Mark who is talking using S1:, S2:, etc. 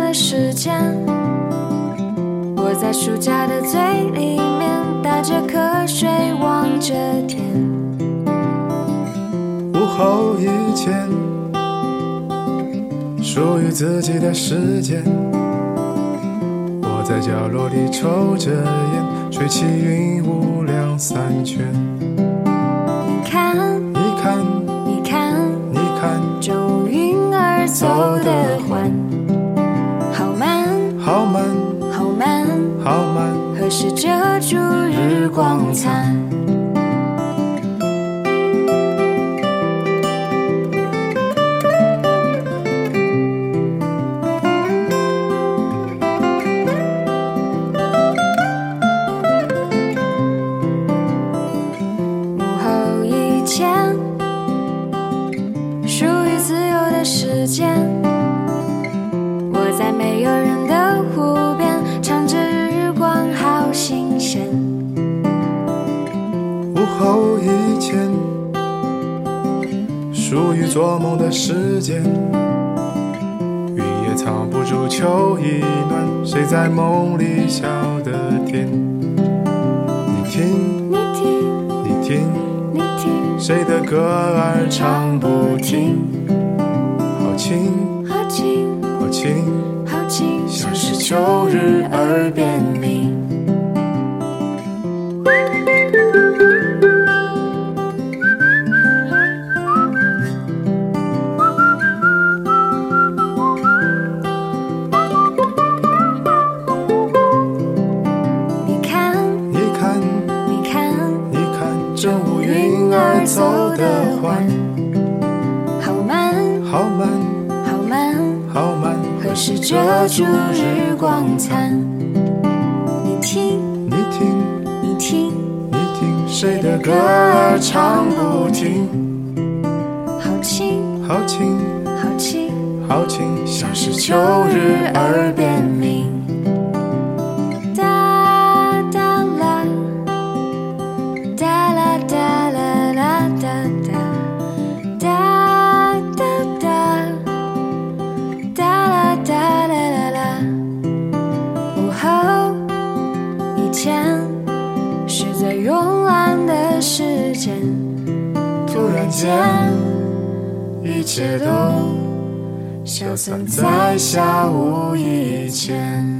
S1: 的时间，我在暑假的最里面，打着瞌睡，望着天。
S2: 午后遇见属于自己的时间，我在角落里抽着烟，吹起云雾两三圈。
S1: 你看，
S2: 你看，
S1: 你看，
S2: 你看，
S1: 这乌云儿走得缓，好慢，
S2: 好慢，
S1: 好慢，
S2: 好慢。
S1: 何时遮住日光残？幕后一切，属于自由的时间。我在没有人的湖边，唱着日光好新鲜。
S2: 午后以前，属于做梦的时间。雨也藏不住秋意暖，谁在梦里笑得甜？你听，
S1: 你听，
S2: 你听，
S1: 你听，
S2: 谁的歌儿唱不停？好轻，
S1: 好轻，
S2: 好轻，
S1: 好轻，
S2: 像是秋日耳边鸣。
S1: 你看，
S2: 你看，
S1: 你看，
S2: 你看，这乌云儿走得缓，
S1: 好慢，
S2: 好慢，
S1: 好慢，
S2: 好慢，
S1: 何时遮住日光残？你听，
S2: 你听。
S1: 你听，
S2: 你听谁的歌儿唱不停，
S1: 好轻，
S2: 好轻，
S1: 好轻。
S2: 好轻，像是秋日耳边鸣。
S1: 鸣。哒哒啦，哒啦哒啦啦哒哒，哒哒哒，哒啦哒啦啦啦。午后以前是最慵懒的时间，
S2: 突然间，一
S1: 一切
S2: 切都
S1: 都消
S2: 消散
S1: 散
S2: 在
S1: 在
S2: 下
S1: 下
S2: 午
S1: 午
S2: 以
S1: 以
S2: 前
S1: 前。